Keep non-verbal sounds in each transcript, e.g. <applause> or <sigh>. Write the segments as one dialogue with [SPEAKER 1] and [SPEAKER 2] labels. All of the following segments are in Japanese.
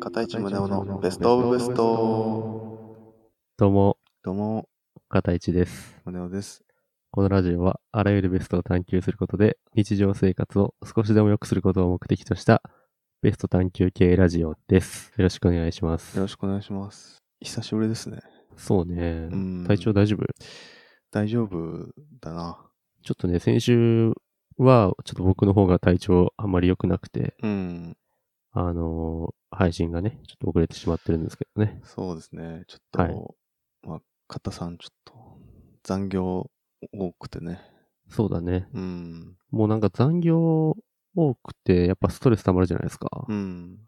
[SPEAKER 1] 片市宗男のベストオブベスト。
[SPEAKER 2] どうも、
[SPEAKER 1] どうも、
[SPEAKER 2] 片市です。
[SPEAKER 1] 宗男です。
[SPEAKER 2] このラジオは、あらゆるベストを探求することで、日常生活を少しでも良くすることを目的とした、ベスト探求系ラジオです。よろしくお願いしま
[SPEAKER 1] よ
[SPEAKER 2] す
[SPEAKER 1] ろ。しくお願いします。久しぶりですね。
[SPEAKER 2] そうね
[SPEAKER 1] う。ん
[SPEAKER 2] 体調大丈夫
[SPEAKER 1] 大丈夫だな。
[SPEAKER 2] ちょっとね、先週は、ちょっと僕の方が体調あんまり良くなくて、
[SPEAKER 1] うん、
[SPEAKER 2] あのー配信がね、ちょっと遅れてしまってるんですけどね。
[SPEAKER 1] そうですね。ちょっと、
[SPEAKER 2] はい
[SPEAKER 1] まあ、片さんちょっと残業多くてね。
[SPEAKER 2] そうだね。
[SPEAKER 1] うん、
[SPEAKER 2] もうなんか残業多くて、やっぱストレス溜まるじゃないですか。
[SPEAKER 1] うん、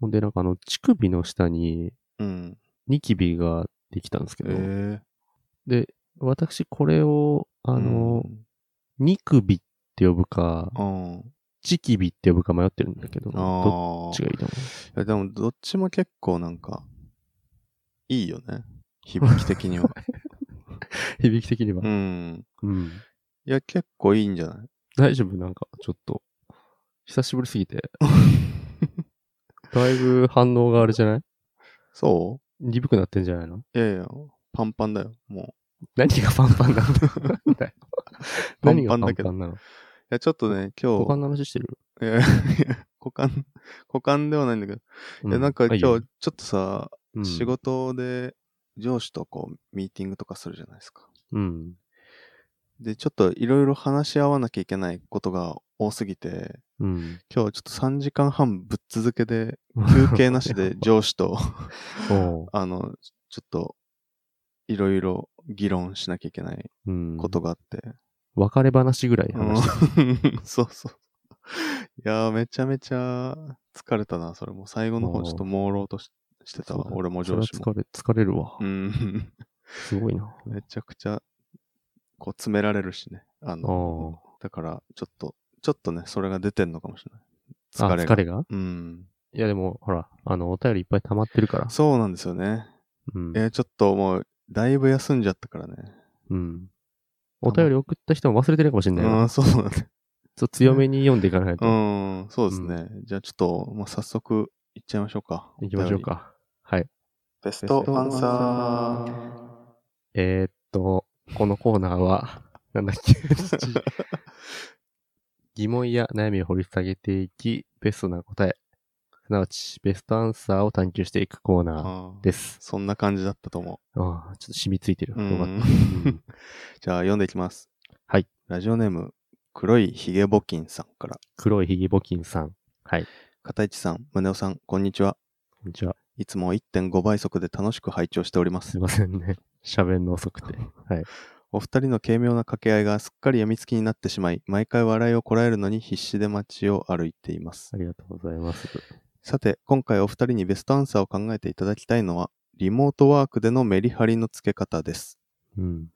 [SPEAKER 2] ほんで、なんかあの、乳首の下に、
[SPEAKER 1] うん。
[SPEAKER 2] ニキビができたんですけ
[SPEAKER 1] え
[SPEAKER 2] ど、
[SPEAKER 1] ー、
[SPEAKER 2] で、私これを、あの、ニクビって呼ぶか、
[SPEAKER 1] うん、うん。
[SPEAKER 2] チキビって呼ぶか迷ってるんだけど、ど
[SPEAKER 1] あ
[SPEAKER 2] っち
[SPEAKER 1] ー
[SPEAKER 2] がいいと思
[SPEAKER 1] <laughs> いやでも、どっちも結構なんか、いいよね。響き的
[SPEAKER 2] <laughs>
[SPEAKER 1] には。
[SPEAKER 2] う響き的には
[SPEAKER 1] う。ん。
[SPEAKER 2] うん。
[SPEAKER 1] いや、結構いいんじゃない
[SPEAKER 2] 大丈夫なんか、ちょっと、久しぶりす
[SPEAKER 1] <laughs>
[SPEAKER 2] ぎて。だいぶ反応があれじゃない
[SPEAKER 1] そ
[SPEAKER 2] 鈍くなってんじゃないの
[SPEAKER 1] ういやいや、パンパンだよ、もう。い
[SPEAKER 2] 何がパンパンなんだよ。な
[SPEAKER 1] <laughs>
[SPEAKER 2] んだよ。
[SPEAKER 1] パンパン
[SPEAKER 2] 何がパン
[SPEAKER 1] だけど
[SPEAKER 2] パンなの
[SPEAKER 1] や、ちょっとね、今日、
[SPEAKER 2] 他の話してる、
[SPEAKER 1] いやいや股間、股間ではないんだけど、
[SPEAKER 2] う
[SPEAKER 1] いや、なんか今日、ち
[SPEAKER 2] あいい
[SPEAKER 1] ょ
[SPEAKER 2] よ
[SPEAKER 1] っとさ、
[SPEAKER 2] うん
[SPEAKER 1] 仕事で上司とこう、ミーティングとかするじゃないですか。
[SPEAKER 2] うん。
[SPEAKER 1] で、ちょっといろいろ話し合わなきゃいけないことが多すぎて、 <laughs>
[SPEAKER 2] うん。
[SPEAKER 1] 今日ちょっと3時間半ぶっ続けで、休憩なし
[SPEAKER 2] <laughs>
[SPEAKER 1] で上司と、
[SPEAKER 2] おう
[SPEAKER 1] あの、ちょっと、いろいろ議論しなきゃいけない
[SPEAKER 2] うん。
[SPEAKER 1] ことがあって、
[SPEAKER 2] 別れ話ぐらい話して
[SPEAKER 1] うん、 <laughs> そうそう。いやー、めちゃめちゃ疲れたな、それも。最後の方
[SPEAKER 2] あー
[SPEAKER 1] ちょっと朦朧とししてたわ、
[SPEAKER 2] そうだ
[SPEAKER 1] 俺も
[SPEAKER 2] それ
[SPEAKER 1] 上
[SPEAKER 2] は
[SPEAKER 1] 司も。
[SPEAKER 2] 疲れ、疲れるわ。
[SPEAKER 1] うん。 <laughs>
[SPEAKER 2] すごいな。
[SPEAKER 1] めちゃくちゃ、こう、詰められるしね。あの、だから、ちょっと、ちょっとね、それが出てんのかもしれない。
[SPEAKER 2] あ
[SPEAKER 1] 疲れが。
[SPEAKER 2] 疲れが
[SPEAKER 1] うん。
[SPEAKER 2] いやでも、ほら、あの、お便りいっぱい溜まってるから。
[SPEAKER 1] そうなんですよね。
[SPEAKER 2] うん。
[SPEAKER 1] えーちょっともう、だいぶ休んじゃったからね。
[SPEAKER 2] うん。お便り送った人も忘れてるかもしれない
[SPEAKER 1] うん、
[SPEAKER 2] な。
[SPEAKER 1] そうだね。
[SPEAKER 2] ちょっと強めに読んでいかないと。
[SPEAKER 1] うん、そうですね。じゃあちょっと、まあ、早速、いっちゃいましょうか。
[SPEAKER 2] 行きましょうか。はい。
[SPEAKER 1] お便り。ベストアンサー。
[SPEAKER 2] えー、っと、このコーナーは、 <laughs> なんだっけ、 <laughs> 疑問や悩みを掘り下げていき、ベストな答え、すなわちベストアンサーを探求していくコーナ
[SPEAKER 1] あー
[SPEAKER 2] ーです。
[SPEAKER 1] そんな感じだったと思
[SPEAKER 2] ああ、ちょっと染みついてる。
[SPEAKER 1] う。
[SPEAKER 2] よかった。
[SPEAKER 1] うん
[SPEAKER 2] うん
[SPEAKER 1] <laughs> じゃあ読んでいきます。
[SPEAKER 2] はい。
[SPEAKER 1] ラジオネーム、黒いひげぼきんさんから。
[SPEAKER 2] 黒いひげぼきんさん。はい。
[SPEAKER 1] 片市さん、宗男さん、こんにちは。
[SPEAKER 2] じゃあ、
[SPEAKER 1] いつも1.5倍速で楽しく拝聴しておりますす。
[SPEAKER 2] いませんね。 <laughs> 喋んの遅くて。はい。
[SPEAKER 1] お二人の軽妙な掛け合いがすっかり病みつきになってしまい、毎回笑いをこらえるのに必死で街を歩いています
[SPEAKER 2] あ。りがとうございます。
[SPEAKER 1] さて、今回お二人にベストアンサーを考えていただきたいのは、リモートワークでのメリハリのつけ方です。
[SPEAKER 2] うん。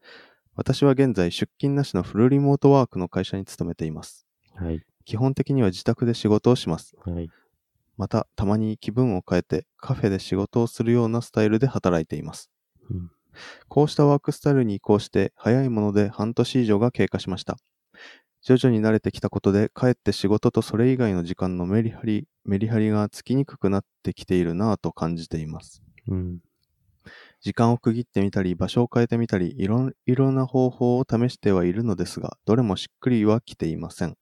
[SPEAKER 1] 私は現在出勤なしのフルリモートワークの会社に勤めています。
[SPEAKER 2] はい。
[SPEAKER 1] 基本的には自宅で仕事をします。
[SPEAKER 2] はい。
[SPEAKER 1] また、たまに気分を変えてカフェで仕事をするようなスタイルで働いています。
[SPEAKER 2] うん
[SPEAKER 1] こうしたワークスタイルに移行して早いもので半年以上が経過しました。徐々に慣れてきたことで、かえって仕事とそれ以外の時間のメリハリ、メリハリがつきにくくなってきているなぁと感じています。
[SPEAKER 2] うん。
[SPEAKER 1] 時間を区切ってみたり、場所を変えてみたり、いろんいろんな方法を試してはいるのですが、どれもしっくりはきていません。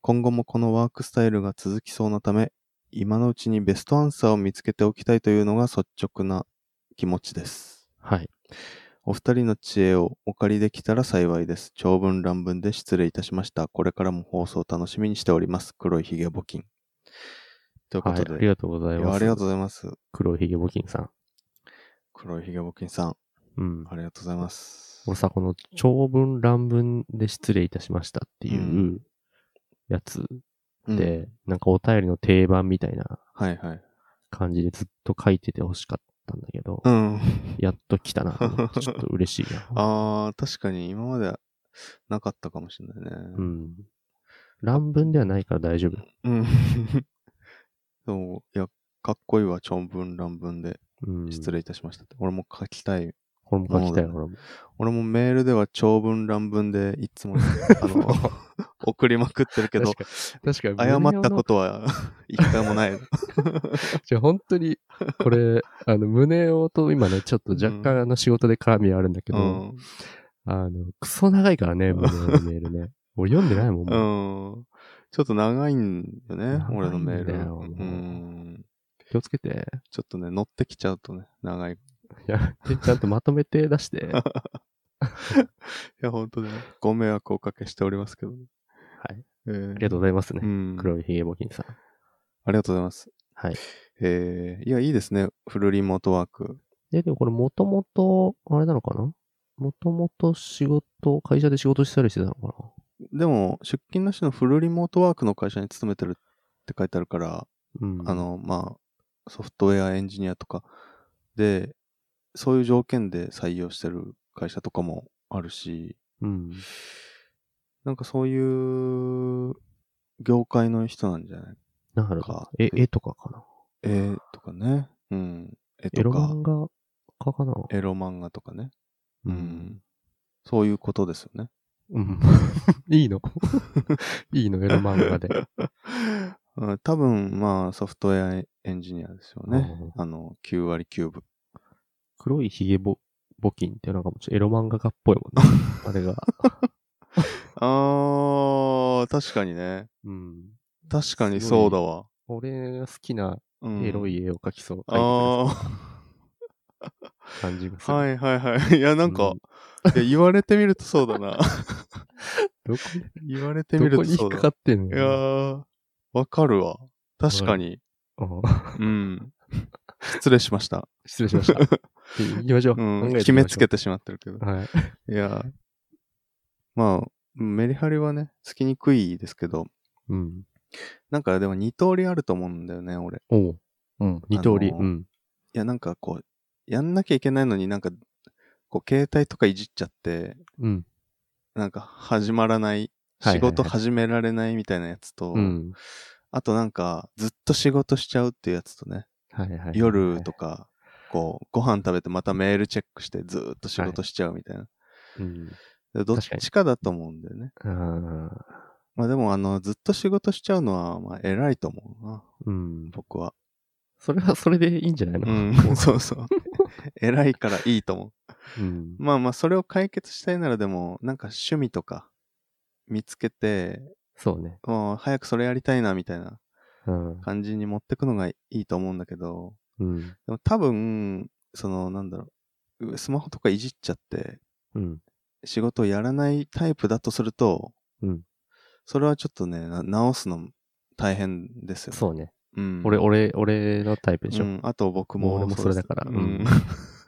[SPEAKER 1] 今後もこのワークスタイルが続きそうなため、今のうちにベストアンサーを見つけておきたいというのが率直な気持ちです。
[SPEAKER 2] はい。
[SPEAKER 1] お二人の知恵をお借りできたら幸いです。長文乱文で失礼いたしました。これからも放送を楽しみにしております。黒いひげ募金。というこ
[SPEAKER 2] はい。
[SPEAKER 1] と
[SPEAKER 2] あ
[SPEAKER 1] で、
[SPEAKER 2] りがとうござ
[SPEAKER 1] い
[SPEAKER 2] いま
[SPEAKER 1] や
[SPEAKER 2] す。
[SPEAKER 1] ありがとうございます。
[SPEAKER 2] 黒いひげぼきんさん。
[SPEAKER 1] 黒いひげ募金さん、
[SPEAKER 2] うん。
[SPEAKER 1] ありがとうございます。
[SPEAKER 2] 俺さ、この長文乱文で失礼いたしましたっていううやつ
[SPEAKER 1] うん
[SPEAKER 2] で、なんかお便りの定番みたいな
[SPEAKER 1] はいはい。
[SPEAKER 2] 感じでずっと書いてて欲しかったんだけど、
[SPEAKER 1] うん。 <laughs>
[SPEAKER 2] やっと来たなと思って。ちょっと嬉しいな。
[SPEAKER 1] ああ、確かに今まではなかったかもしれないね。
[SPEAKER 2] うん。乱文ではないから大丈夫。
[SPEAKER 1] うん。 <laughs> そう、いや、かっこいいわ、長文乱文で
[SPEAKER 2] うん。
[SPEAKER 1] 失。礼いたしましたって。俺も書きたい。
[SPEAKER 2] これも書きたい、
[SPEAKER 1] も
[SPEAKER 2] 俺も。 <laughs>
[SPEAKER 1] 俺もメールでは長文乱文でいつも、あの、 <laughs> 送りまくってるけど、
[SPEAKER 2] 確かに。確かに。
[SPEAKER 1] 謝ったこととは <laughs> 一回もない。
[SPEAKER 2] じゃあ本当に、
[SPEAKER 1] <laughs>
[SPEAKER 2] これ、あの、胸をと今ね、ちょっと若干あの仕事で絡みあるんだ <laughs> け
[SPEAKER 1] う
[SPEAKER 2] ど、
[SPEAKER 1] ん。
[SPEAKER 2] あの、クソ長いからね、胸のメール
[SPEAKER 1] <laughs>
[SPEAKER 2] ね。俺読んでないもん、もう
[SPEAKER 1] うん。ちょっと長いんよね、俺のメール。
[SPEAKER 2] 長いん
[SPEAKER 1] う
[SPEAKER 2] だよ
[SPEAKER 1] ん。
[SPEAKER 2] 気をつけて。
[SPEAKER 1] ちょっとね、乗ってきちゃうとね、長い。い
[SPEAKER 2] いや、ちゃんとまとめて出して。は
[SPEAKER 1] や、本当ね、ご迷惑をおかけしておりますけど、ね。
[SPEAKER 2] い。
[SPEAKER 1] えー
[SPEAKER 2] ありがとうございます
[SPEAKER 1] う
[SPEAKER 2] ね。
[SPEAKER 1] ん。
[SPEAKER 2] 黒いひげ募金さん。
[SPEAKER 1] ありがとうございます。
[SPEAKER 2] はい。
[SPEAKER 1] えー、いや、いいですね。フルリモートワーク。
[SPEAKER 2] で、でもこれもともと、あれなのかなもともと仕事、会社で仕事したりしてたのか
[SPEAKER 1] でも、出勤なしのフルリモートワークの会社に勤めてるって書いてあるから、
[SPEAKER 2] なうん。
[SPEAKER 1] あ、の、まあ、ソフトウェアエンジニアとかで、そういう条件で採用してる会社とかもあるし、
[SPEAKER 2] うん。
[SPEAKER 1] なんかそういう業界の人なんじゃない
[SPEAKER 2] なるほど
[SPEAKER 1] か。。
[SPEAKER 2] え、絵とかかな
[SPEAKER 1] 絵とかね。うん。絵
[SPEAKER 2] エ
[SPEAKER 1] と
[SPEAKER 2] ロ
[SPEAKER 1] か、
[SPEAKER 2] 漫画家かな
[SPEAKER 1] エロ漫画とかね。
[SPEAKER 2] う。
[SPEAKER 1] うんん。そういうことですよね。
[SPEAKER 2] うん。 <laughs> いいのいいの、エロ漫画で。
[SPEAKER 1] うん多分、まあ、ソフトウェアエンジニアですよ <laughs> ね。
[SPEAKER 2] うん
[SPEAKER 1] あの、9割9分。
[SPEAKER 2] 黒いひげぼ募金ってなんかもうちょっとエロ漫画家っぽいも
[SPEAKER 1] <laughs>
[SPEAKER 2] んね。あれが。
[SPEAKER 1] あー、確かにね。
[SPEAKER 2] うん。
[SPEAKER 1] 確かにそうだわ。
[SPEAKER 2] 俺が好きな
[SPEAKER 1] うん
[SPEAKER 2] エロい絵を描きそう。描いて
[SPEAKER 1] あ <laughs>
[SPEAKER 2] くれそう感じがす
[SPEAKER 1] ー、
[SPEAKER 2] る。。
[SPEAKER 1] はいいはいはい。いや、なんか、いや言われてみるとそうだな。
[SPEAKER 2] どこ
[SPEAKER 1] <laughs> 言われて
[SPEAKER 2] に、
[SPEAKER 1] みる
[SPEAKER 2] ど
[SPEAKER 1] と
[SPEAKER 2] こに
[SPEAKER 1] そ
[SPEAKER 2] 引
[SPEAKER 1] う
[SPEAKER 2] っ
[SPEAKER 1] だ
[SPEAKER 2] か
[SPEAKER 1] な
[SPEAKER 2] か。ってん
[SPEAKER 1] い
[SPEAKER 2] の
[SPEAKER 1] やー、わかるわ。確かに。
[SPEAKER 2] うん
[SPEAKER 1] うん。失礼しました。
[SPEAKER 2] 失礼しま
[SPEAKER 1] <laughs>
[SPEAKER 2] した。行きましょう。
[SPEAKER 1] うん。
[SPEAKER 2] 考えていきま
[SPEAKER 1] 決め
[SPEAKER 2] しょう
[SPEAKER 1] つけてしまってるけど。
[SPEAKER 2] はい。
[SPEAKER 1] いや、まあ、メリハリはね、つきにくいですけど、
[SPEAKER 2] うん。
[SPEAKER 1] なんかでも二通りあると思うんだよね、俺。
[SPEAKER 2] おう。うん。二通り。
[SPEAKER 1] あのー
[SPEAKER 2] うん。
[SPEAKER 1] いや、なんかこう、やんなきゃいけないのになんか、こう、携帯とかいじっちゃって、
[SPEAKER 2] うん。
[SPEAKER 1] なんか始まらない、
[SPEAKER 2] はいはい
[SPEAKER 1] 仕
[SPEAKER 2] はい
[SPEAKER 1] 事始められないみたいなやつと、
[SPEAKER 2] うん。
[SPEAKER 1] あとなんか、ずっと仕事しちゃうっていうやつとね、
[SPEAKER 2] はいはいはい。
[SPEAKER 1] 夜とか、こう、ご飯食べてまたメールチェックしてずーっと仕事しちゃうみたいな。
[SPEAKER 2] うん。
[SPEAKER 1] でどっ
[SPEAKER 2] 確かに
[SPEAKER 1] ちかだと思うんだよね。
[SPEAKER 2] あ
[SPEAKER 1] まあでも、あの、ずっと仕事しちゃうのは、まあ、偉いと思うな。
[SPEAKER 2] ーうん。
[SPEAKER 1] 僕は。
[SPEAKER 2] それはそれでいいんじゃないの
[SPEAKER 1] うん、 <laughs> そうそう。偉いからいいと思
[SPEAKER 2] うん
[SPEAKER 1] う。。まあまあ、それを解決したいならでも、なんか趣味とか見つけて、
[SPEAKER 2] そうね。
[SPEAKER 1] もう早くそれやりたいな、みたいな
[SPEAKER 2] うん。
[SPEAKER 1] 感じに持ってくのがいいと思うんだけど、
[SPEAKER 2] うん。
[SPEAKER 1] でも多分、その、なんだろう、スマホとかいじっちゃって、
[SPEAKER 2] うん。
[SPEAKER 1] 仕事をやらないタイプだとすると、
[SPEAKER 2] うん
[SPEAKER 1] それはちょっとね、な直すの大変ですよ。
[SPEAKER 2] そうね。
[SPEAKER 1] うん
[SPEAKER 2] 俺、俺、俺のタイプでしょ
[SPEAKER 1] う。ん、あと僕も
[SPEAKER 2] もう俺もそれだから
[SPEAKER 1] そうですうん
[SPEAKER 2] うん
[SPEAKER 1] <laughs>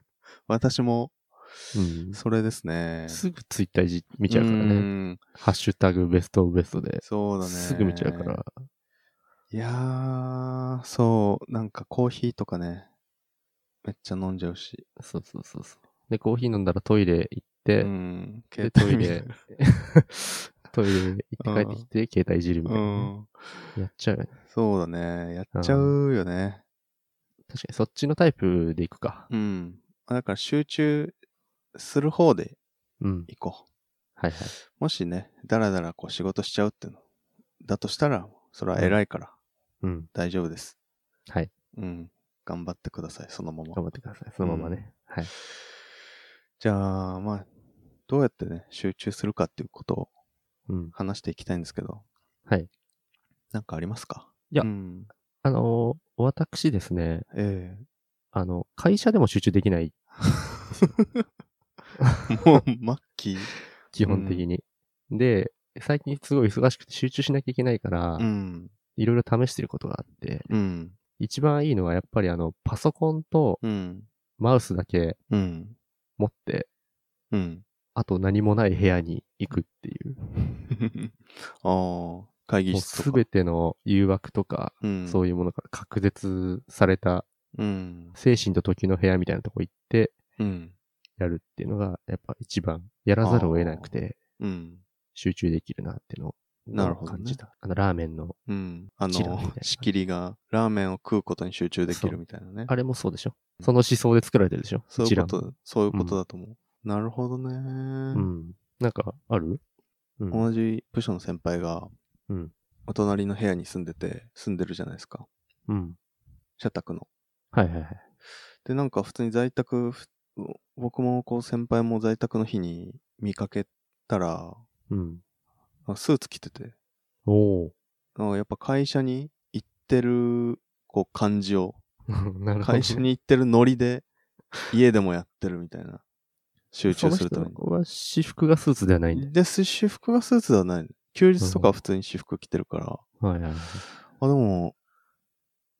[SPEAKER 1] 私も
[SPEAKER 2] うん。
[SPEAKER 1] それですね。
[SPEAKER 2] すぐツイッターいじ見ちゃうから
[SPEAKER 1] う
[SPEAKER 2] ね。
[SPEAKER 1] ん
[SPEAKER 2] ハッシュタグベストオブベストで。
[SPEAKER 1] そうだね。
[SPEAKER 2] すぐ見ちゃうから。。
[SPEAKER 1] いやー、そう、なんかコーヒーとかね、めっちゃ飲んじゃうし。
[SPEAKER 2] そうそうそうそう。で、コーヒー飲んだらトイレ行って、
[SPEAKER 1] うん、携
[SPEAKER 2] で、トイ
[SPEAKER 1] 帯見
[SPEAKER 2] レ
[SPEAKER 1] る。、
[SPEAKER 2] <laughs> トイレ行って帰ってきて、携帯いじるみたいうなね。
[SPEAKER 1] ん、
[SPEAKER 2] やっちゃうよね。
[SPEAKER 1] そうだね。やっちゃうよね。
[SPEAKER 2] 確かに、そっちのタイプで行くか。
[SPEAKER 1] うん。だから集中する方で
[SPEAKER 2] うん。
[SPEAKER 1] 行こ
[SPEAKER 2] はいはい。
[SPEAKER 1] う。もしね、だらだらこう仕事しちゃうっていうの、だとしたら、それは偉いから
[SPEAKER 2] うん。
[SPEAKER 1] 大丈夫です。
[SPEAKER 2] はい。
[SPEAKER 1] うん。頑張ってください、そのまま
[SPEAKER 2] 頑。張ってください。そのままね。はい。
[SPEAKER 1] じゃあ、まあ、どうやってね、集中するかっていうことを
[SPEAKER 2] うん。
[SPEAKER 1] 話していきたいんですけど。
[SPEAKER 2] はい。
[SPEAKER 1] なんかありますか
[SPEAKER 2] いや
[SPEAKER 1] うん。
[SPEAKER 2] あのー私ですね、
[SPEAKER 1] え
[SPEAKER 2] <laughs> あの、会社でも集中できない、
[SPEAKER 1] えもう、マッキー。
[SPEAKER 2] 基本的に。で、最近すごい忙しくて集中しなきゃいけないから
[SPEAKER 1] う、ん。
[SPEAKER 2] いろいろ試してることがあって、
[SPEAKER 1] うん。
[SPEAKER 2] 一番いいのはやっぱりあの、パソコンと
[SPEAKER 1] うん。
[SPEAKER 2] マウスだけ
[SPEAKER 1] うん。
[SPEAKER 2] 持って、
[SPEAKER 1] うん。 <laughs>
[SPEAKER 2] あと何もない部屋に行くっていう。
[SPEAKER 1] ああ、会議
[SPEAKER 2] もう
[SPEAKER 1] 室
[SPEAKER 2] す
[SPEAKER 1] とか。
[SPEAKER 2] べての誘惑とか、
[SPEAKER 1] うん。
[SPEAKER 2] そう
[SPEAKER 1] い
[SPEAKER 2] いうものから隔絶された
[SPEAKER 1] う。うん。
[SPEAKER 2] 精神と時の部屋みたいなとこ行って
[SPEAKER 1] うん。
[SPEAKER 2] やるっていうのが、やっぱ一番やらざるを得なくて
[SPEAKER 1] うん。
[SPEAKER 2] 集中できるなっていうのを
[SPEAKER 1] なるほどね
[SPEAKER 2] 感じた。あの、ラーメンの、
[SPEAKER 1] うん。あ
[SPEAKER 2] 一覧みたい
[SPEAKER 1] の
[SPEAKER 2] な、
[SPEAKER 1] 仕切りがラーメンを食うことに集中でき
[SPEAKER 2] そ
[SPEAKER 1] る
[SPEAKER 2] う
[SPEAKER 1] みたいなね。
[SPEAKER 2] あれもそうでしょその思想で作られてるでしょ
[SPEAKER 1] そういうこ
[SPEAKER 2] 一覧
[SPEAKER 1] と、そういうことだと思う。なるほどね。
[SPEAKER 2] うん。なんか、あるうん
[SPEAKER 1] 同じ部署の先輩が
[SPEAKER 2] うん。
[SPEAKER 1] お隣の部屋に住んでて、住んでるじゃないですか。
[SPEAKER 2] うん。
[SPEAKER 1] 社宅の。
[SPEAKER 2] はいはいはい。
[SPEAKER 1] で、なんか普通に在宅、ふ僕もこう先輩も在宅の日に見かけたら、
[SPEAKER 2] うん。
[SPEAKER 1] あスーツ着てて、
[SPEAKER 2] おお。
[SPEAKER 1] あやっぱ会社に行ってる、こう感じ
[SPEAKER 2] <laughs>
[SPEAKER 1] を、
[SPEAKER 2] <laughs> なるほど。
[SPEAKER 1] 会社に行ってるノリで、家でもやってるみたいな。集中するため
[SPEAKER 2] その人は私服がスーツではないんで。
[SPEAKER 1] に。で、す私服がスーツではない。休日とかは普通に私服着てるから。
[SPEAKER 2] はいはいはい。
[SPEAKER 1] あ、でも、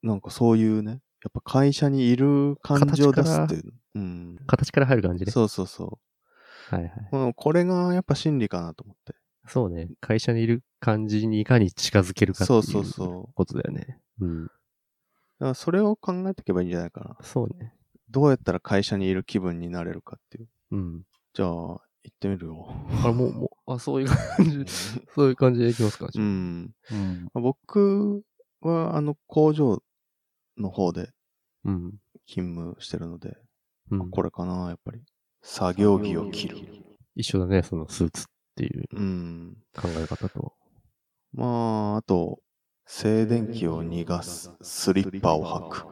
[SPEAKER 1] なんかそういうね、やっぱ会社にいる感じを出すっていう。うん。
[SPEAKER 2] 形から入る感じね。
[SPEAKER 1] そうそうそ
[SPEAKER 2] はいはい。
[SPEAKER 1] う。うんこれがやっぱ真理かなと思って。
[SPEAKER 2] そうね。会社にいる感じにいかに近づけるかってい
[SPEAKER 1] そううそうそう。
[SPEAKER 2] ことだよね。うん。
[SPEAKER 1] だからそれを考えていけばいいんじゃないかな。
[SPEAKER 2] そうね。
[SPEAKER 1] どうやったら会社にいる気分になれるかっていう。
[SPEAKER 2] うん。
[SPEAKER 1] じゃあ、行ってみるよ。
[SPEAKER 2] あ、もう、もう、あ、そういう感じ、そういう感じでいきますか、
[SPEAKER 1] う。
[SPEAKER 2] うんん。
[SPEAKER 1] 僕は、あの、工場の方で
[SPEAKER 2] うん。
[SPEAKER 1] 勤務してるので、
[SPEAKER 2] うん。
[SPEAKER 1] これかな、やっぱり。作業着を着る。
[SPEAKER 2] 一緒だね、そのスーツっていう
[SPEAKER 1] うん。
[SPEAKER 2] 考え方
[SPEAKER 1] <laughs>
[SPEAKER 2] と。
[SPEAKER 1] まあ、あと、静電気を逃がすスリッパを履く。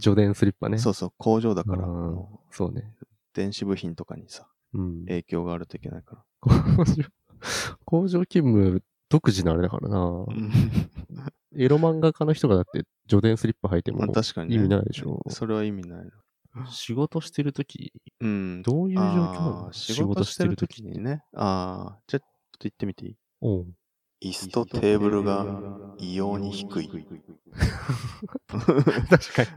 [SPEAKER 2] 助電スリッパね。。
[SPEAKER 1] そううそう、工場だから、
[SPEAKER 2] うん
[SPEAKER 1] あの
[SPEAKER 2] そうね。
[SPEAKER 1] 電子部品とかにさ、
[SPEAKER 2] うん。
[SPEAKER 1] 影響があるといけないから。
[SPEAKER 2] 工場、 <laughs> 工場勤務独自のあれだからな。エロ漫画家の人がだって助電スリッパ履いて
[SPEAKER 1] ま
[SPEAKER 2] も
[SPEAKER 1] あ、確かに、ね。
[SPEAKER 2] 意味ないでしょ。
[SPEAKER 1] それは意味ないな。
[SPEAKER 2] 仕事してるとき、
[SPEAKER 1] うん。
[SPEAKER 2] どういう状況な
[SPEAKER 1] あ
[SPEAKER 2] の
[SPEAKER 1] ー仕事してる時に。ね。ああ、じゃあ、ちょっと行ってみていい
[SPEAKER 2] おう
[SPEAKER 1] 椅子とテーブルが異様に低い。
[SPEAKER 2] <laughs> 確かに。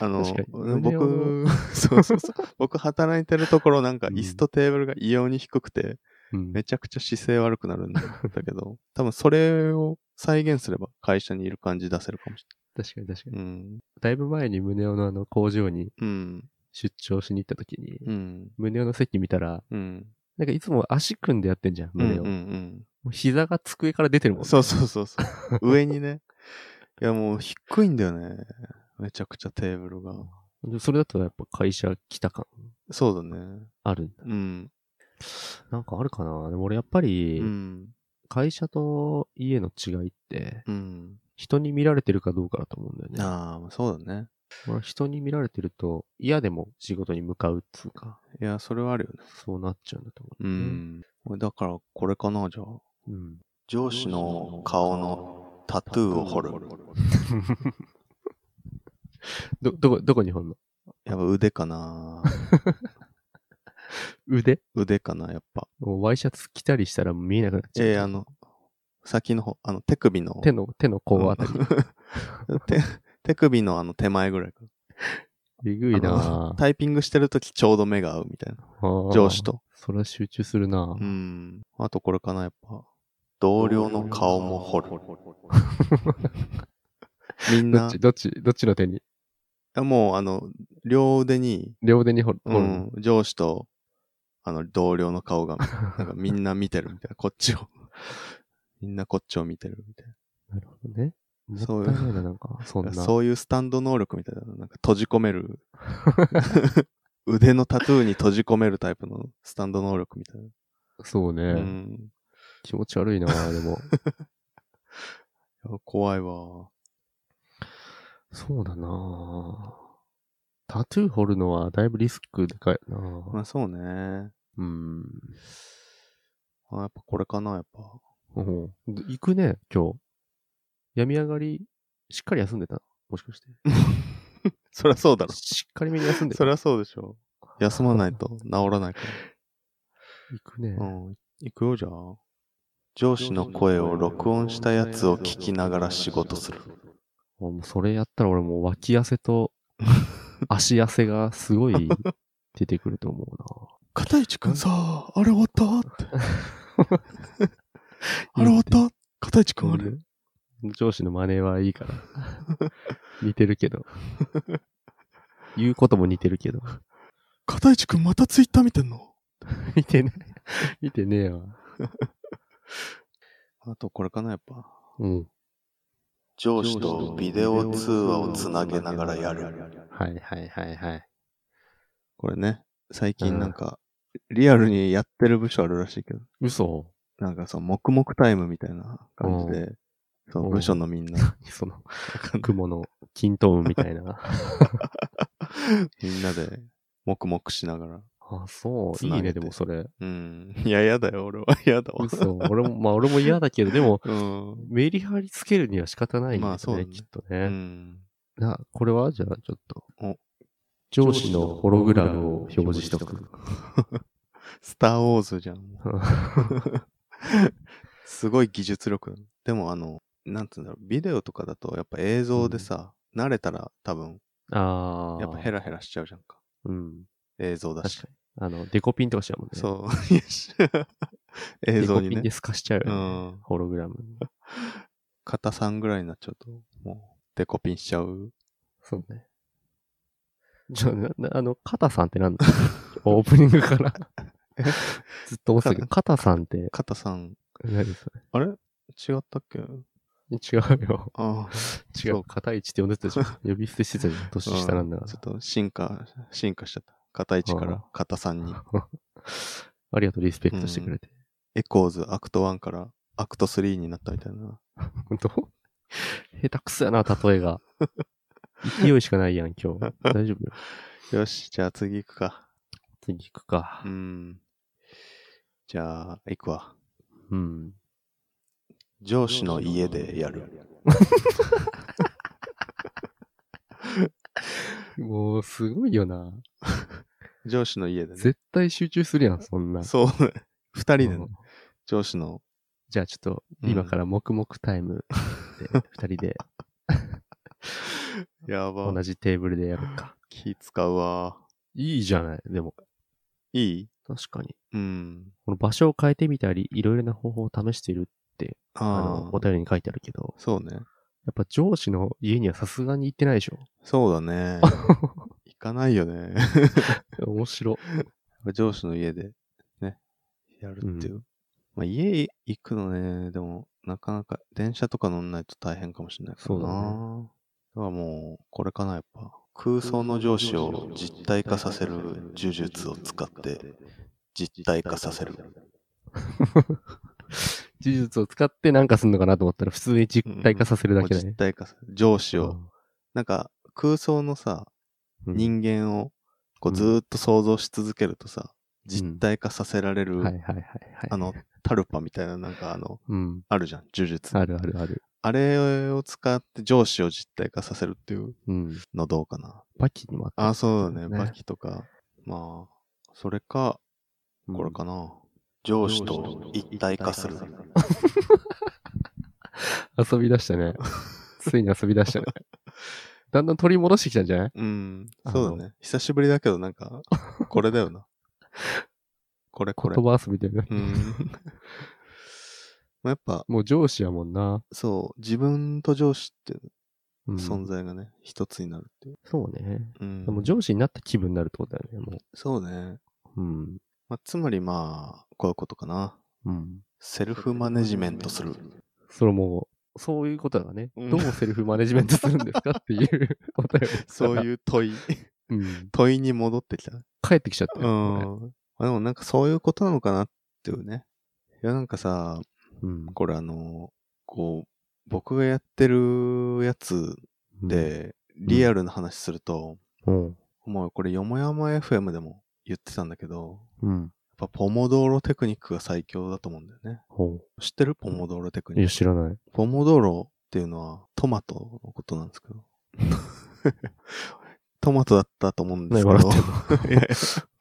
[SPEAKER 1] あの
[SPEAKER 2] 確かに、
[SPEAKER 1] 僕、 <laughs> そうそうそう。僕働いてるところなんか椅子とテーブルが異様に低くて、
[SPEAKER 2] うん
[SPEAKER 1] めちゃくちゃ姿勢悪くなるんだけ
[SPEAKER 2] <laughs>
[SPEAKER 1] ど、多分それを再現すれば会社にいる感じ出せるかもし
[SPEAKER 2] 確かに確か
[SPEAKER 1] れ
[SPEAKER 2] に。
[SPEAKER 1] ない。うん。
[SPEAKER 2] だいぶ前に胸尾のあの工場に
[SPEAKER 1] うん。
[SPEAKER 2] 出張しに行ったときに、
[SPEAKER 1] うん。
[SPEAKER 2] 胸尾の席見たら、
[SPEAKER 1] うん。
[SPEAKER 2] なんかいつも足組んでやってんじゃん、
[SPEAKER 1] うん。う
[SPEAKER 2] 胸を。も
[SPEAKER 1] ん。
[SPEAKER 2] う膝が机から出てる
[SPEAKER 1] う
[SPEAKER 2] もん
[SPEAKER 1] ん
[SPEAKER 2] ね。
[SPEAKER 1] そうそうそうそう。上にね。いやもう低いんだよね。めちゃくちゃテーブルが。
[SPEAKER 2] でそれだとやっぱ会社来た感
[SPEAKER 1] そうだね。
[SPEAKER 2] あるんだ。
[SPEAKER 1] うん。
[SPEAKER 2] なんかあるかなでも俺やっぱ
[SPEAKER 1] う
[SPEAKER 2] り、
[SPEAKER 1] ん。
[SPEAKER 2] 会社と家の違いって、
[SPEAKER 1] うん。
[SPEAKER 2] 人に見られてるかどうかだと思うんだよね。
[SPEAKER 1] ああ、そうだね。
[SPEAKER 2] まあ、人に見られてると嫌でも仕事に向かうっつうか、
[SPEAKER 1] いや、それはあるよね。
[SPEAKER 2] そうなっちゃうんだと思う
[SPEAKER 1] う
[SPEAKER 2] ね、
[SPEAKER 1] ん。だから、これかな、じゃあ。
[SPEAKER 2] うん。
[SPEAKER 1] 上司の顔のタトゥーを彫る。
[SPEAKER 2] ど、どこ、どこに本の
[SPEAKER 1] やっぱ腕か
[SPEAKER 2] <laughs>
[SPEAKER 1] な。
[SPEAKER 2] 腕
[SPEAKER 1] 腕かな、やっぱ。
[SPEAKER 2] もうワイシャツ着たりしたら見えなくなっちゃう。
[SPEAKER 1] ええあの、先の方、あの、手首の。
[SPEAKER 2] 手の、手の甲あたり。
[SPEAKER 1] <laughs> 手手首のあの手前ぐらいか。
[SPEAKER 2] えぐいなぁ
[SPEAKER 1] タイピングしてるときちょうど目が合うみたいな。上司。
[SPEAKER 2] あー
[SPEAKER 1] と。
[SPEAKER 2] それは集中するな
[SPEAKER 1] う
[SPEAKER 2] ぁ
[SPEAKER 1] ん。あとこれかな、やっぱ。同僚の顔も彫る。みん
[SPEAKER 2] ど
[SPEAKER 1] な
[SPEAKER 2] っち、、どっち、どっちの手に
[SPEAKER 1] あもうあの、両腕に、
[SPEAKER 2] 両手に掘る。
[SPEAKER 1] う
[SPEAKER 2] 掘る
[SPEAKER 1] ん、上司と、あの、同僚の顔が、なんかみんな見てるみたいな、こっちを。みんなこっちを見てるみたい
[SPEAKER 2] <laughs> なるほどね。
[SPEAKER 1] そ
[SPEAKER 2] も
[SPEAKER 1] う
[SPEAKER 2] っ
[SPEAKER 1] いう
[SPEAKER 2] たいないな、なんか、そん
[SPEAKER 1] な。
[SPEAKER 2] な。
[SPEAKER 1] そういうスタンド能力みたいな、なんか閉じ込め <laughs> る。腕のタトゥーに閉じ込めるタイプのスタンド能力みたいな。
[SPEAKER 2] そうね、
[SPEAKER 1] うん。
[SPEAKER 2] 気持ち悪いなぁでも。
[SPEAKER 1] いや怖いわ。
[SPEAKER 2] そうだなぁタトゥー掘るのはだいぶリスクでかいなぁ
[SPEAKER 1] まあそうね。
[SPEAKER 2] うん。
[SPEAKER 1] あやっぱこれかな、やっぱ。
[SPEAKER 2] お行くね、今日。病み上がり、しっかり休んでたもしかして。
[SPEAKER 1] そりゃそうだろ。
[SPEAKER 2] しっかりめに休んで
[SPEAKER 1] そ
[SPEAKER 2] た。
[SPEAKER 1] りゃそうでしょ。休まないと治らない <laughs> か
[SPEAKER 2] 行くね
[SPEAKER 1] ら。。うん。行くよ、じゃあ。上司の声を録音したやつを聞きながら仕事する。
[SPEAKER 2] 俺もうそれやったら俺もう脇汗と足汗がすごい出てくると思う
[SPEAKER 1] <laughs> 片市くんさ、あれ終わった <laughs> って。あれ
[SPEAKER 2] いい
[SPEAKER 1] 終
[SPEAKER 2] ね
[SPEAKER 1] わった片市くん
[SPEAKER 2] な。
[SPEAKER 1] あれ。
[SPEAKER 2] 上司の真似はいいから。
[SPEAKER 1] <laughs>
[SPEAKER 2] 似てるけど。言うことも似てる
[SPEAKER 1] <laughs>
[SPEAKER 2] けど。
[SPEAKER 1] 片市くんまたツイッター見てんの
[SPEAKER 2] 見てない。見てねえわ。
[SPEAKER 1] あとこれかな、やっぱ。
[SPEAKER 2] うん。
[SPEAKER 1] 上司とビデオ通話をつなげながらやる。
[SPEAKER 2] はいはいはいはい。
[SPEAKER 1] これね、最近なんか、リアルにやってる部署あるらしいけど、
[SPEAKER 2] 嘘
[SPEAKER 1] なんかその黙々タイムみたいな感じで、その部署のみんな、
[SPEAKER 2] その、雲の均等みた
[SPEAKER 1] <laughs>
[SPEAKER 2] いな。
[SPEAKER 1] みんなで黙々しながら。
[SPEAKER 2] あ、そう。い
[SPEAKER 1] 繋
[SPEAKER 2] い
[SPEAKER 1] げ
[SPEAKER 2] ね、
[SPEAKER 1] て
[SPEAKER 2] でも
[SPEAKER 1] <laughs>
[SPEAKER 2] それ。
[SPEAKER 1] うん。いや、やだよ、俺は。 <laughs> やだわ。
[SPEAKER 2] 嘘。俺も、まあ俺も嫌だけど、でも、
[SPEAKER 1] うん。
[SPEAKER 2] メリハリつけるには仕方ないん
[SPEAKER 1] まあ
[SPEAKER 2] です
[SPEAKER 1] そうだ
[SPEAKER 2] ね、
[SPEAKER 1] ね
[SPEAKER 2] きっと
[SPEAKER 1] う
[SPEAKER 2] ね。
[SPEAKER 1] ん。
[SPEAKER 2] な、これはじゃあ、ちょっと
[SPEAKER 1] お。
[SPEAKER 2] 上司のホログラムを表示しとく。
[SPEAKER 1] スター・ウォーズじゃん。すごい技術力。でも、あの、なんつうんだろう、ビデオとかだと、やっぱ映像でさ、慣れたら多分、
[SPEAKER 2] <laughs> ああ。
[SPEAKER 1] やっぱヘラヘラしちゃうじゃんか。
[SPEAKER 2] うん。
[SPEAKER 1] 映像だ
[SPEAKER 2] 確
[SPEAKER 1] し
[SPEAKER 2] か。に。あの、デコピンとかしちゃうもんね。う。
[SPEAKER 1] そう。よし
[SPEAKER 2] <laughs>
[SPEAKER 1] 映像に
[SPEAKER 2] デコピン
[SPEAKER 1] ね
[SPEAKER 2] で。透かしちゃうよ
[SPEAKER 1] う
[SPEAKER 2] ね、
[SPEAKER 1] ん。
[SPEAKER 2] ホログラム。
[SPEAKER 1] 肩3ぐらいになっちゃうと、もう、デコピンしちゃう。
[SPEAKER 2] そうね。じゃあ、ななあの、カタさんってなんだ <laughs> オープニング <laughs> から。ずっと思ってたけど、カタさんって
[SPEAKER 1] 肩3、
[SPEAKER 2] 何そ
[SPEAKER 1] あれ違ったっけ
[SPEAKER 2] れ違うよ。
[SPEAKER 1] ああ。
[SPEAKER 2] <laughs> 違
[SPEAKER 1] そう
[SPEAKER 2] う。片一って呼んでた <laughs> じゃん。呼び捨てしてたじゃん。年下なんだか
[SPEAKER 1] ちょっと進化、進化しちゃった。肩1か
[SPEAKER 2] うん
[SPEAKER 1] ら肩3に。
[SPEAKER 2] ら。ありがとう、リスペクトしてくれて。
[SPEAKER 1] エコーズアクト1からアクト3になったみたいな。
[SPEAKER 2] ほんと下手くそやな、例えが。勢いしかないやん、今日。大丈夫よ
[SPEAKER 1] よし、じゃあ次行くか。
[SPEAKER 2] 次行くか
[SPEAKER 1] う。ん。じゃあ、行くわ。
[SPEAKER 2] うん。
[SPEAKER 1] 上司の家でやる。
[SPEAKER 2] もう、すごいよな。
[SPEAKER 1] 上司の家でね。
[SPEAKER 2] 絶対集中するやん、そんな。
[SPEAKER 1] そう。二人で
[SPEAKER 2] う
[SPEAKER 1] ね
[SPEAKER 2] ん、
[SPEAKER 1] 上司の。
[SPEAKER 2] じゃあちょっと、今から黙々タイムで、二人 <laughs> で
[SPEAKER 1] やば
[SPEAKER 2] 同。じテーブルでやるか。
[SPEAKER 1] 気使うわ。
[SPEAKER 2] <laughs> いいじゃない、でも。
[SPEAKER 1] いい
[SPEAKER 2] 確かに。
[SPEAKER 1] うん。
[SPEAKER 2] この場所を変えてみたり、いろいろな方法を試している、あ
[SPEAKER 1] あ
[SPEAKER 2] の、お
[SPEAKER 1] あ。
[SPEAKER 2] 便りに書いてあるけど、
[SPEAKER 1] そうね。
[SPEAKER 2] やっぱ上司の家にはさすがに行ってないでしょ。
[SPEAKER 1] そうだね。行かないよね。
[SPEAKER 2] <laughs>
[SPEAKER 1] <laughs>
[SPEAKER 2] 面白。
[SPEAKER 1] 上司の家でね、やるっていう。まあ、家行くのね、でも、なかなか電車とか乗んないと大変かもしれないから
[SPEAKER 2] そう
[SPEAKER 1] な。
[SPEAKER 2] だ
[SPEAKER 1] だからもう、これかな、やっぱ。空想の上司を実体化させる呪術を使って、実体化させる。
[SPEAKER 2] 技術を使ってなんかすんのかなと思ったら、普通に実体化させるだけだ
[SPEAKER 1] もう実
[SPEAKER 2] ね。
[SPEAKER 1] 体化さ上司を。なんか、空想のさ、
[SPEAKER 2] うん
[SPEAKER 1] 人間を、こう、
[SPEAKER 2] うん
[SPEAKER 1] ずーっと想像し続けるとさ、実体化させられる、
[SPEAKER 2] はいはいはいはい。
[SPEAKER 1] あの、タルパみたいな、なんかあの、
[SPEAKER 2] うん。
[SPEAKER 1] あるじゃん、呪術。
[SPEAKER 2] あるあるある。
[SPEAKER 1] あれを使って上司を実体化させるっていう
[SPEAKER 2] うん。
[SPEAKER 1] のどうかな。
[SPEAKER 2] バキにもあった。
[SPEAKER 1] あ、そうだね。
[SPEAKER 2] ね
[SPEAKER 1] バキとか。まあ、それか、
[SPEAKER 2] うん
[SPEAKER 1] これかな。上司と一体化する。
[SPEAKER 2] 遊び出し
[SPEAKER 1] <laughs>
[SPEAKER 2] たね。ついに遊び出したね。だんだん取り戻してきたんじゃない
[SPEAKER 1] うん、 <laughs>
[SPEAKER 2] あの
[SPEAKER 1] そうだね。久しぶりだけど、なんか、これだ <laughs> よな。これこ
[SPEAKER 2] 言
[SPEAKER 1] れ。
[SPEAKER 2] 葉遊びだよね。
[SPEAKER 1] うん。 <laughs> まあやっぱ、
[SPEAKER 2] もう上司やもんな。
[SPEAKER 1] そう、自分と上司って
[SPEAKER 2] うん
[SPEAKER 1] 存在がね、一つになるっていう。
[SPEAKER 2] そうね。
[SPEAKER 1] うん
[SPEAKER 2] でも上司になった気分になるってことだよね、も
[SPEAKER 1] そうね。
[SPEAKER 2] う。うん。
[SPEAKER 1] まあ、つまりまあ、こういうことかな。
[SPEAKER 2] うん。
[SPEAKER 1] セルフマネジメントする。
[SPEAKER 2] それもう、そういうことだね。
[SPEAKER 1] うん
[SPEAKER 2] どうセルフマネジメントするんですかっていう <laughs> お便りですか
[SPEAKER 1] そう
[SPEAKER 2] ら。
[SPEAKER 1] いう問い、 <laughs>
[SPEAKER 2] うん。
[SPEAKER 1] 問いに戻ってきた。
[SPEAKER 2] 帰ってきちゃった
[SPEAKER 1] う
[SPEAKER 2] よね。
[SPEAKER 1] ん。あでもなんかそういうことなのかなっていうね。いやなんかさ、
[SPEAKER 2] うん。
[SPEAKER 1] これあの、こう、僕がやってるやつ
[SPEAKER 2] うん、
[SPEAKER 1] で、リアルな話すると、
[SPEAKER 2] うん。
[SPEAKER 1] もうこれよもやま FM でも言ってたんだけど、
[SPEAKER 2] うん。
[SPEAKER 1] やっぱポモドーロテクニックが最強だと思うんだよね。
[SPEAKER 2] ほ
[SPEAKER 1] 知ってるポモドーロテク
[SPEAKER 2] う。い
[SPEAKER 1] ニ
[SPEAKER 2] や、
[SPEAKER 1] ック。
[SPEAKER 2] 知らない。
[SPEAKER 1] ポモドーロっていうのはトマトのことなんですけど。 <laughs> トマトだったと思うんですけ
[SPEAKER 2] 何笑ってん
[SPEAKER 1] <laughs>
[SPEAKER 2] の
[SPEAKER 1] ど。いやいや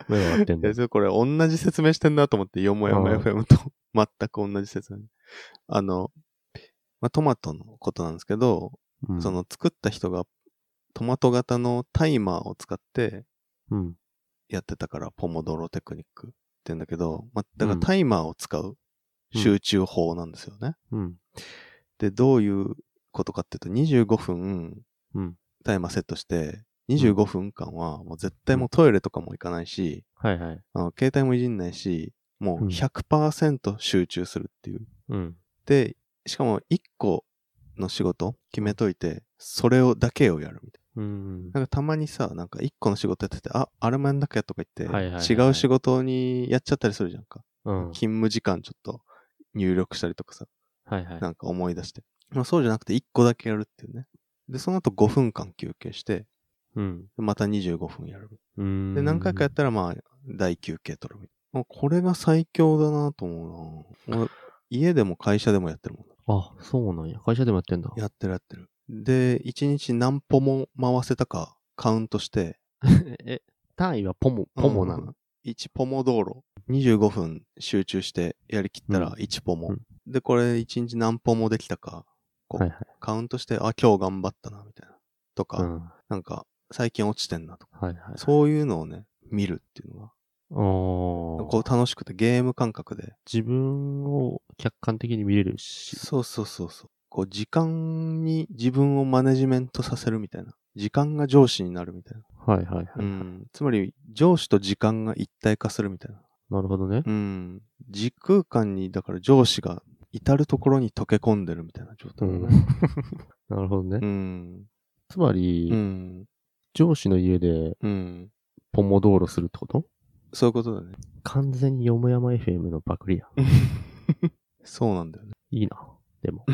[SPEAKER 2] 目が合ってん
[SPEAKER 1] いや、
[SPEAKER 2] の
[SPEAKER 1] ち。ょっとこれ同じ説明してんなと思って、よもやも
[SPEAKER 2] うん
[SPEAKER 1] FM と全く同じ説明。あの、まあ、トマトのことなんですけど、
[SPEAKER 2] うん
[SPEAKER 1] そ、の作った人がトマト型のタイマーを使って
[SPEAKER 2] うん。
[SPEAKER 1] やってたから、ポモドロテクニックって言うんだけど、まあ、だから
[SPEAKER 2] うん
[SPEAKER 1] タイマーを使う集中法なんですよね。
[SPEAKER 2] うん。
[SPEAKER 1] で、どういうことかっていうと、25分
[SPEAKER 2] うん。
[SPEAKER 1] タイマーセットして、25分間はもう絶対もうトイレとかも行かないし、
[SPEAKER 2] はいはい。
[SPEAKER 1] あの携帯もいじんないし、もう
[SPEAKER 2] うん
[SPEAKER 1] 100%集中するっていう。
[SPEAKER 2] うん。
[SPEAKER 1] で、しかも1個の仕事決めといて、それをだけをやるみたい
[SPEAKER 2] うん。
[SPEAKER 1] なんかたまにさ、なんか一個の仕事やってて、あ、あれもやんなきゃとか言
[SPEAKER 2] はいはい
[SPEAKER 1] っ
[SPEAKER 2] はい
[SPEAKER 1] て、違う仕事にやっちゃったりするじゃんか。
[SPEAKER 2] うん。
[SPEAKER 1] 勤務時間ちょっと入力したりとかさ、
[SPEAKER 2] はいはい。
[SPEAKER 1] なんか思い出して。まあそうじゃなくて一個だけやるっていうね。で、その後5分間休憩して、
[SPEAKER 2] うん。
[SPEAKER 1] また25分やる。
[SPEAKER 2] うん。
[SPEAKER 1] で、何回かやったらまあ、大休憩取るみたいな。あこれが最強だなと思うな俺家でも会社でもやってるもん。
[SPEAKER 2] あ、そうなんや。会社でもやってんだ。
[SPEAKER 1] やってるやってる。で、1日何歩も回せたかカウントして、
[SPEAKER 2] え、単位はポモ、ポモなの。
[SPEAKER 1] 1ポモ道路。25分集中してやりきった
[SPEAKER 2] うん
[SPEAKER 1] ら1ポモ。
[SPEAKER 2] うん
[SPEAKER 1] で、これ1日何歩もできたか、こう、
[SPEAKER 2] はいはい
[SPEAKER 1] カウントして、あ、今日頑張ったな、みたいな。とか、
[SPEAKER 2] うん。は
[SPEAKER 1] なんか、最近落ちてんなとか。
[SPEAKER 2] いはい。
[SPEAKER 1] そういうのをね、見るっていうのが、
[SPEAKER 2] おー
[SPEAKER 1] こう楽しくてゲーム感覚で。
[SPEAKER 2] 自分を客観的に見れるし。
[SPEAKER 1] そうそうそうそう。こう、時間に自分をマネジメントさせるみたいな。時間が上司になるみたいな。
[SPEAKER 2] はいはいはい。
[SPEAKER 1] うん。つまり、上司と時間が一体化するみたいな。
[SPEAKER 2] なるほどね。
[SPEAKER 1] うん。時空間に、だから上司が至るところに溶け込んでるみたいな状態だね。
[SPEAKER 2] <laughs> なるほどね。
[SPEAKER 1] うん。
[SPEAKER 2] つまり、
[SPEAKER 1] うん。
[SPEAKER 2] 上司の家で
[SPEAKER 1] うん。
[SPEAKER 2] ポモ道路するってこと
[SPEAKER 1] そういうことだね。
[SPEAKER 2] 完全によもやま FM のパクリや。
[SPEAKER 1] そうなんだよね。
[SPEAKER 2] いいな。でも。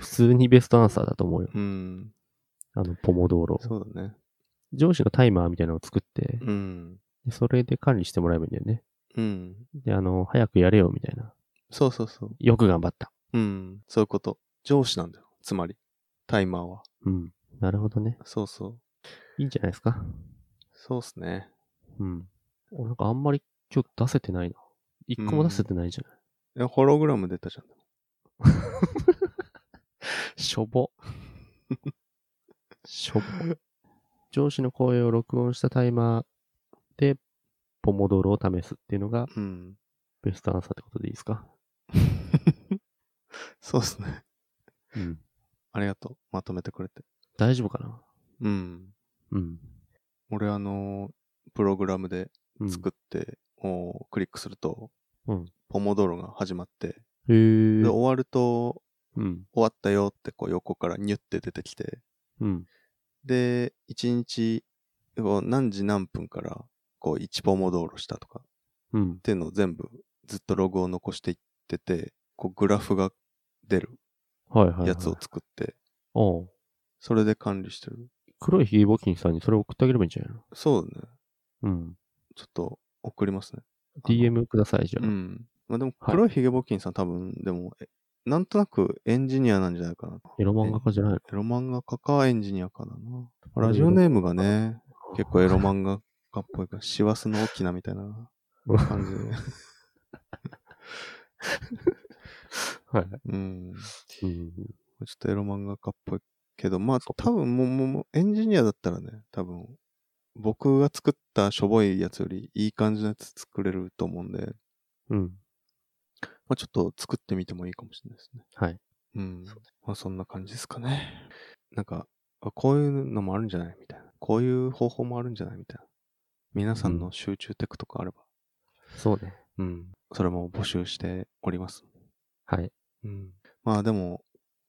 [SPEAKER 2] 普通にベストアンサーだと思うよ。
[SPEAKER 1] うん。
[SPEAKER 2] あの、ポモ道路。
[SPEAKER 1] そうだね。
[SPEAKER 2] 上司のタイマーみたいなのを作って、
[SPEAKER 1] うん。
[SPEAKER 2] でそれで管理してもらえばいいんだよね。
[SPEAKER 1] うん。
[SPEAKER 2] で、あの、早くやれよ、みたいな。
[SPEAKER 1] そうそうそう。
[SPEAKER 2] よく頑張った。
[SPEAKER 1] うん。そういうこと。上司なんだよ。つまり、タイマーは。
[SPEAKER 2] うん。なるほどね。
[SPEAKER 1] そうそう。
[SPEAKER 2] いいんじゃないですか。
[SPEAKER 1] そうっすね。
[SPEAKER 2] うん。おなんかあんまり今日出せてないな。一個も出せてないじゃない。
[SPEAKER 1] いやホログラム出たじゃん。
[SPEAKER 2] しょぼ。 <laughs> しょぼ。上司の声を録音したタイマーで、ポモドーロを試すっていうのが
[SPEAKER 1] うん。
[SPEAKER 2] ベストアンサーってことでいいですか
[SPEAKER 1] そうっすね。
[SPEAKER 2] うん。
[SPEAKER 1] ありがとう。まとめてくれて。
[SPEAKER 2] 大丈夫かな
[SPEAKER 1] うん。
[SPEAKER 2] うん。
[SPEAKER 1] 俺あのープログラムで
[SPEAKER 2] うん、
[SPEAKER 1] 作って、おクリックすると、
[SPEAKER 2] うん
[SPEAKER 1] ポモドロが始まって、
[SPEAKER 2] へー
[SPEAKER 1] で、終わると、
[SPEAKER 2] うん。
[SPEAKER 1] 終わったよってこう横からニュって出てきて、
[SPEAKER 2] うん。
[SPEAKER 1] で、1日、こう何時何分から、こう1ポモドロしたとかっ
[SPEAKER 2] うん。
[SPEAKER 1] ていうのを全部ずっとログを残していってて、こうグラフが出る
[SPEAKER 2] はいはい、はい。
[SPEAKER 1] やつを作って、
[SPEAKER 2] おう
[SPEAKER 1] それで管理してる。
[SPEAKER 2] 黒いヒゲ募金さんにそれ送ってあげればいいんじゃないの
[SPEAKER 1] そうだね。
[SPEAKER 2] うん。
[SPEAKER 1] ちょっと送りますね。あの
[SPEAKER 2] DM ください、じゃあ。
[SPEAKER 1] うん。まあでも、
[SPEAKER 2] はい
[SPEAKER 1] 黒いヒゲボキンさん多分、でも、えなんとなくエンジニアなんじゃないかな。
[SPEAKER 2] エロ漫画家じゃないの
[SPEAKER 1] エロ漫画家かエンジニアかだな。ラジオネームがね、結構エロ漫画家っぽいから、師走の沖縄みたい <laughs> な感じで。
[SPEAKER 2] はい。
[SPEAKER 1] うん。
[SPEAKER 2] うん。
[SPEAKER 1] ちょっとエロ漫画家っぽいけど、まあ多分もう、もうもう、エンジニアだったらね、多分、僕が作ったしょぼいやつよりいい感じのやつ作れると思うんで、
[SPEAKER 2] う
[SPEAKER 1] ま
[SPEAKER 2] ん。
[SPEAKER 1] あちょっと作ってみてもいいかもしれないですね。
[SPEAKER 2] はい。
[SPEAKER 1] うん。まあそんな感じですかね。なんか、あこういうのもあるんじゃないみたいな。こういう方法もあるんじゃないみたいな。皆さんの集中テクとかあれば、
[SPEAKER 2] そうね。
[SPEAKER 1] うん。それも募集しております。
[SPEAKER 2] はい。
[SPEAKER 1] うん。まあでも、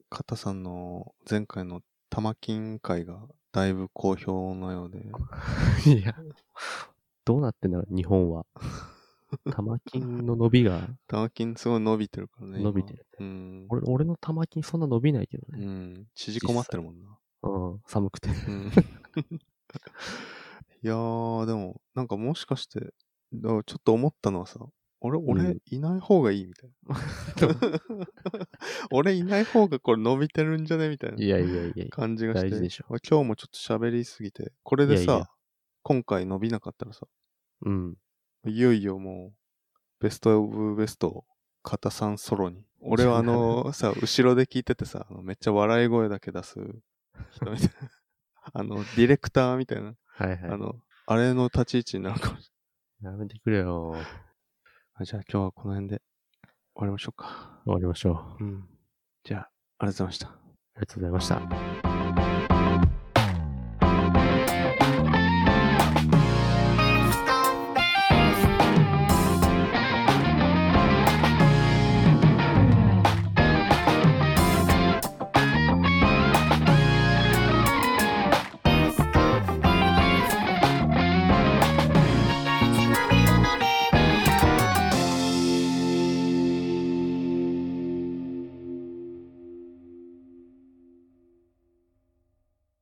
[SPEAKER 1] カタさんの前回の玉金会がだいぶ好評のようで、
[SPEAKER 2] <laughs> いや、どうなってんだろう、日本は。 <laughs> 玉金の伸びが、
[SPEAKER 1] 玉金すごい伸びてるからね。今
[SPEAKER 2] 伸びてる。
[SPEAKER 1] うん。
[SPEAKER 2] 俺俺の玉金そんな伸びないけど
[SPEAKER 1] う
[SPEAKER 2] ね。
[SPEAKER 1] ん。縮こまってるもんな。
[SPEAKER 2] うん、寒くて。
[SPEAKER 1] うん <laughs> いやー、でも、なんかもしかして、だからちょっと思ったのはさ、俺、
[SPEAKER 2] う
[SPEAKER 1] 俺
[SPEAKER 2] ん
[SPEAKER 1] いない方がいいみたい
[SPEAKER 2] <laughs>
[SPEAKER 1] な。 <laughs> 俺いない方がこれ伸びてるんじゃねみたいない
[SPEAKER 2] やいやいや
[SPEAKER 1] 感じがして。
[SPEAKER 2] 大事でしょ
[SPEAKER 1] 俺今日もちょっと喋りすぎて、これでさ、
[SPEAKER 2] いやいや
[SPEAKER 1] 今回伸びなかったらさ、
[SPEAKER 2] うん。
[SPEAKER 1] いよいよもう、ベストオブベスト、片さんソロに。俺はあの、さ、後ろで聞いててさ、あのめっちゃ笑い声だけ出す人みたいな。 <laughs> あの、ディレクターみたいな。
[SPEAKER 2] はい
[SPEAKER 1] あ
[SPEAKER 2] は
[SPEAKER 1] の、あれの立ち位置になるかもしれ
[SPEAKER 2] い。やめてくれよ。
[SPEAKER 1] ない。じゃあ今日はこの辺で終わりましょうか。
[SPEAKER 2] 終わりましょう。
[SPEAKER 1] うん。じゃあ、ありがとうございました。
[SPEAKER 2] ありがとうございまし
[SPEAKER 3] 「
[SPEAKER 2] た。